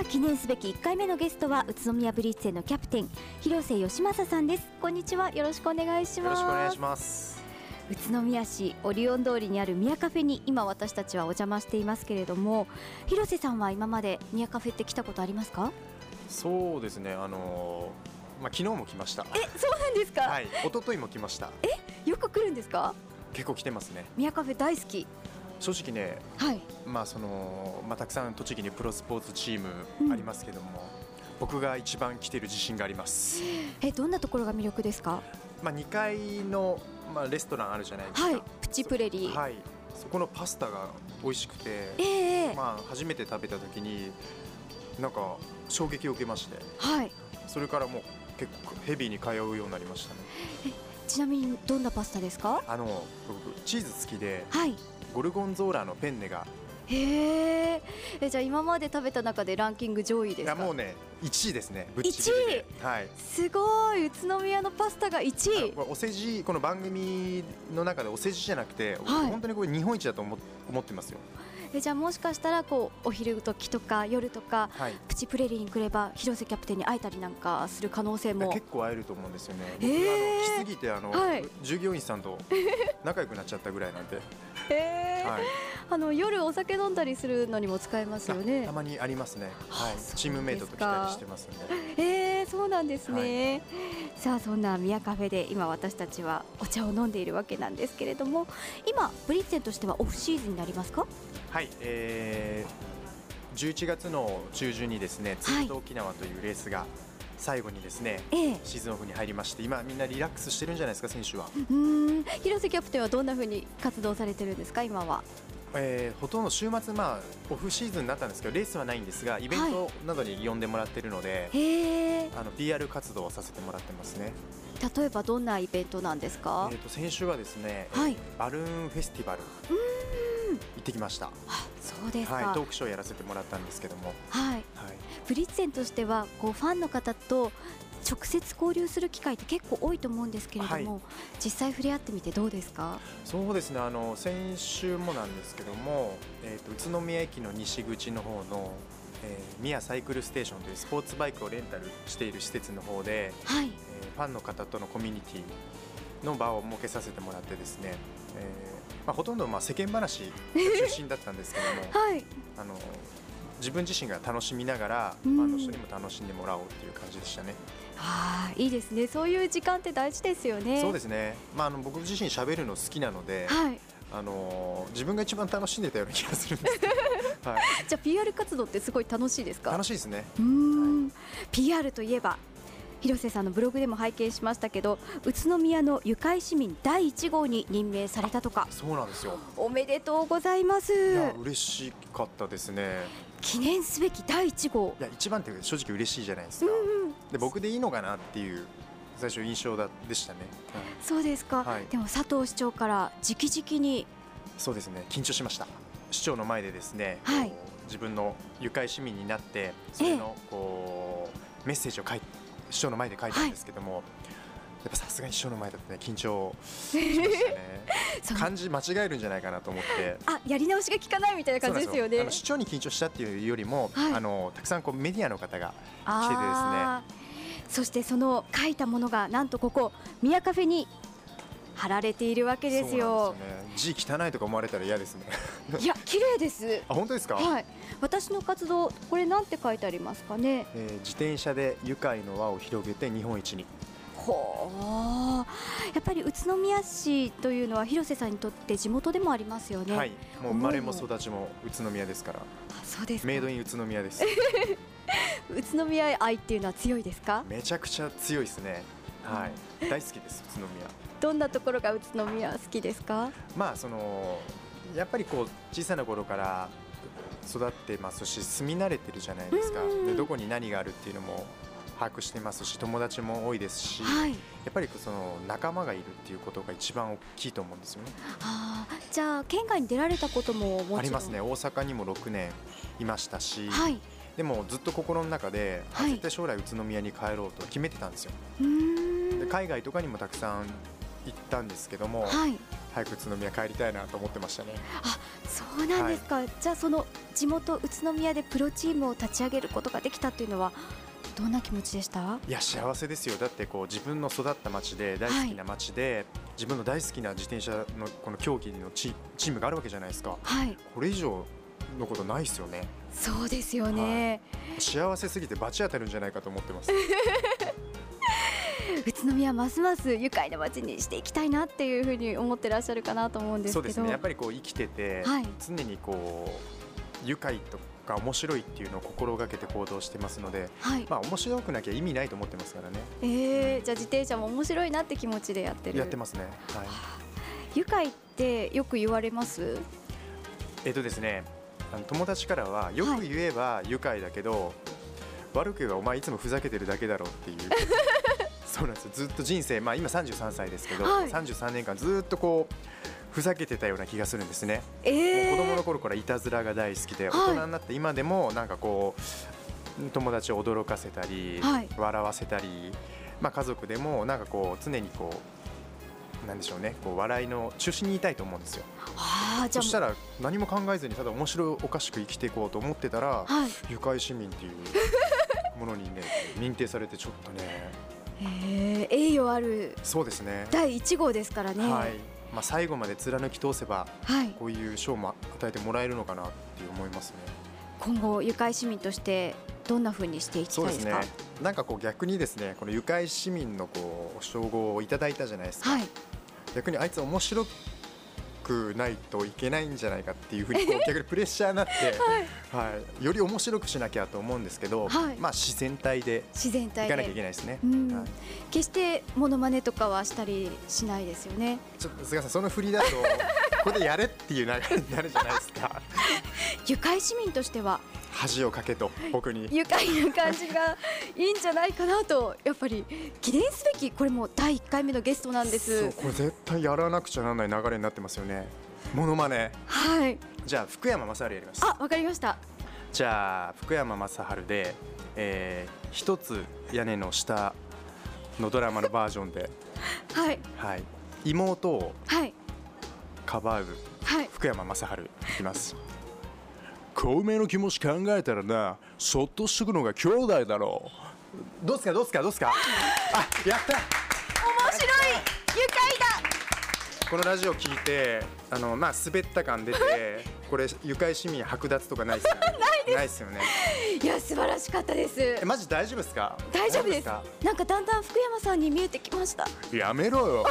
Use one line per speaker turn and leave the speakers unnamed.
あ記念すべき1回目のゲストは宇都宮ブリッツェのキャプテン広瀬義正さんですこんにちはよろしくお願いし
よ
ま
ろ
す
しくお願いします。
宇都宮市オリオン通りにあるミヤカフェに今私たちはお邪魔していますけれども広瀬さんは今までミヤカフェって来たことありますか
そうですね。あのーまあ昨日も来ました。
そうなんですか
はい。一昨日も来ました。
よく来るんですか
結構来てますね。
ミヤカフェ大好き
正直ね、
はい
まあそのまあたくさん栃木にプロスポーツチー
うん
ムありますけども、僕が一番来てる自信があります。
えどんなところが魅力ですか
まあ2階のまあレストランあるじゃないですか。
はいプチプレリー、
はい。そこのパスタが美味しくて、
ええええ
まあ初めて食べた時になんか衝撃を受けまして、
はい
それからもう結構ヘビーに通うようになりましたね。
ちなみにどんなパスタですか
あの僕チーズ好きで
はい
ゴルゴンゾーラのペンネが
へーえじゃあ今まで食べた中でランキング上位で
い
すか
やもうね1位ですねぶっちぎりではい
すごい宇都宮のパスタが
あ
1位
のこれお世辞この番組の中でお世辞じゃなくて、僕
はい
本当にこれ日本一だと思思ってますよ
えじゃあもしかしたらこうお昼時とか夜とか
はい
プチプレリに来れば広瀬キャプテンに会えたりなんかする可能性も
結構会えると思うんですよね、
へー
僕はあの来すぎてあの、
はい
従業員さんと仲良くなっちゃったぐら いなんで、
へー
はい、
あの夜お酒飲んだりするのにも使えますよ
あ
ね
たまにありますね、
あ
は
そう
い
です、か
チームメイトと来たりしてますんで
えー、そうなんですね、さあそんな宮カフェで今私たちはお茶を飲んでいるわけなんですけれども今ブリッツェンとしてはオフシーズンになりますか
はい、えー、11月の中旬にですね、ツイート沖縄というレースが最後にですね、
ええ
シーズンオフに入りまして、今みんなリラックスしてるんじゃないですか選手は。
うーん広瀬キャプテンはどんな風に活動されてるんですか今は
えー、ほとんど週末まあオフシーズンになったんですけど、レースはないんですが、イベントなどに呼んでもらってるので、
へえ
あの PR 活動をさせてもらってますね。
例えばどんなイベントなんです
え
か
っ、と先週はですね、
はい
バルーンフェスティバル行ってきました。
あそうですか
はい、
はい
トークショーやらせてもらったんですけども、はい、
ブリッツェンとしてはこうファンの方と直接交流する機会って結構多いと思うんですけれども、実際触れ合ってみてどうですか
そうですねあの先週もなんですけども、えー、と宇都宮駅の西口の方の、えー、宮サイクルステーションというスポーツバイクをレンタルしている施設の方で、
はい
えーファンの方とのコミュニティの場を設けさせてもらってですね、えーまあ、ほとんどまあ世間話が中心だったんですけども
はい
あの自分自身が楽しみながら
う
ファ
ん
ンの人にも楽しんでもらおうっていう感じでしたね。
あーいいですねそういう時間って大事ですよね
そうですすね、まあ、あの僕自身喋るの好きなので、
はい
あの自分が一番楽しんでたような気がするんですけ ど、はい、
じゃあ PR 活動ってすごい楽しいですか
楽しいですね。
うーん PR といえば広瀬さんのブログでも拝見しましたけど宇都宮の愉快市民第1号に任命されたとか
そうなんですよ。
おめでとうございます
いや嬉しかったですね。
記念すべき第1号
いや一番って正直嬉しいじゃないです
う
か。
んうん
で僕でいいのかなっていう最初印象だでしたね。はい
そうですか、
はい
でも佐藤市長から直々に
そうですね緊張しました。市長の前でですね、
はい
こう自分の愉快市民になってそれのこうメッセージを書い市長の前で書いたんですけども、やっぱさすがに市長の前だとね緊張しました ね。
その
漢字間違えるんじゃないかなと思って。
あやり直しが効かないみたいな
そ
感
うなん
じですよ
あ
ね
の市長に緊張したっていうよりも、
はい
あのたくさんこうメディアの方が
あーそしてその書いたものがなんとここ宮カフェに貼られているわけです
そ
よ
うなんですよね、字汚いとか思われたら嫌ですね。
いや綺麗です
あ本当ですか？
はい、私の活動、これなんて書いてありますかね。
えー自転車で愉快の輪を広げて日本一に。
ほう、やっぱり宇都宮市というのは広瀬さんにとって地元でもありますよね。
はい。も
思
う
いも
生まれも育ちも宇都宮ですから、
あそうですか。
メイドイン宇都 宮です。
宇都宮愛っていうのは強いですか。
めちゃくちゃ強いですね。はい。大好きです宇都宮。
どんなところが宇都宮好きですか。
まあそのやっぱりこう小さな頃から育ってますし住み慣れてるじゃないですか、
うんうんうん
でどこに何があるっていうのも把握してますし友達も多いですし、や
はい。
っぱりその仲間がいるっていうことが一番大きいと思うんですよね。
ああ、じゃあ県外に出られたことももちろん。
ありますね。大阪にも6年いましたし、
はい。
でもずっと心の中で、あ
はい
絶対将来宇都宮に帰ろうと決めてたんですよ
うー
で
ん。
海外とかにもたくさん行ったんですけども、
はい。
早く宇都宮帰りたいなと思ってましたね。
そうなんですか、じゃあその地元宇都宮でプロチームを立ち上げることができたっていうのはどんな気持ちでした
いや幸せですよだってこう自分の育った町で大好きな町で、自分の大好きな自転車のこの競技のチチームがあるわけじゃないですか
はい
これ以上のことないですよね
そうですよね、
幸せすぎて罰当たるんじゃないかと思ってます
宇都宮ますます愉快な街にしていきたいなっていうふうに思ってらっしゃるかなと思うんですけど
そうですねやっぱりこう生きてて、
はい
常にこう愉快とか面白いっていうのを心がけて行動してますので
はい、
まあ面白くなきゃ意味ないと思ってますからね
えー、じゃあ自転車も面白いなって気持ちでやってる
やってますねはい
愉快ってよく言われます
えっとですねあの友達からはよく言えば愉快だけど、悪く言えばお前いつもふざけてるだけだろっていう そうなんですよずっと人生まあ今33歳ですけど、
はい
33年間ずっとこうふざけてたような気がするんですね、
えー、
もう子供の頃からいたずらが大好きで、
はい
大人になって今でもなんかこう友達を驚かせたり、
はい
笑わせたり、まあ、家族でもなんかこう常にこうなんでしょうねこう笑いの中心にいたいと思うんですよ
あーじ
そ
ゃ
したら何も考えずにただ面白おかしく生きていこうと思ってた
あ
ら
はい
愉快市民っていうものにね認定されてちょっとね
えー、栄誉ある
そうですね
第一号ですからね
はい、まあ、最後まで貫き通せば
はい
こういう賞も与えてもらえるのかなっていう思いますね
今後愉快市民としてどんな風にしていきた
そ
いうで
ですす
か
ねなんかこう逆にですねこの愉快市民のこう称号をいただいたじゃないですか、
はい
逆にあいつ面白くないといけないんじゃないかっていうふう にこう逆にプレッシャーになって、はいより面白くしなきゃと思うんですけど、
はい
まあ自然体で
自然
い
体
かなきゃい
で
けないですね。
うん
はい
決してモノマネとかはしたりしないですよね
ちょっと菅さんその振りだとここでやれっていう流れになるじゃないで すか。
愉快市民としては
恥をかけと僕に。
愉快な感じがいいんじゃないかなとやっぱり記念すべきこれもう第1回目のゲストなんで
そう
す
これ絶対やらなくちゃならない流れになってますよね。モノマネ。
はい
じゃあ福山雅治やります。
あわかりました
じゃあ福山雅治で、えー、一つ屋根の下のドラマのバージョンで、
はい
はい、妹を
はい
かばう
はい
福山雅治いきます孔明の気持ち考えたらなそっとしとくのが兄弟だろうどうすかどうすかどうすかあやった
面白い愉快だ
このラジオ聞いてあのまあ滑った感出てこれ愉快市民剥奪と かないですよねないですよね
いや素晴らしかったです
えマジ大丈夫ですか
大丈夫です
か
なんかだんだん福山さんに見えてきました
やめろよ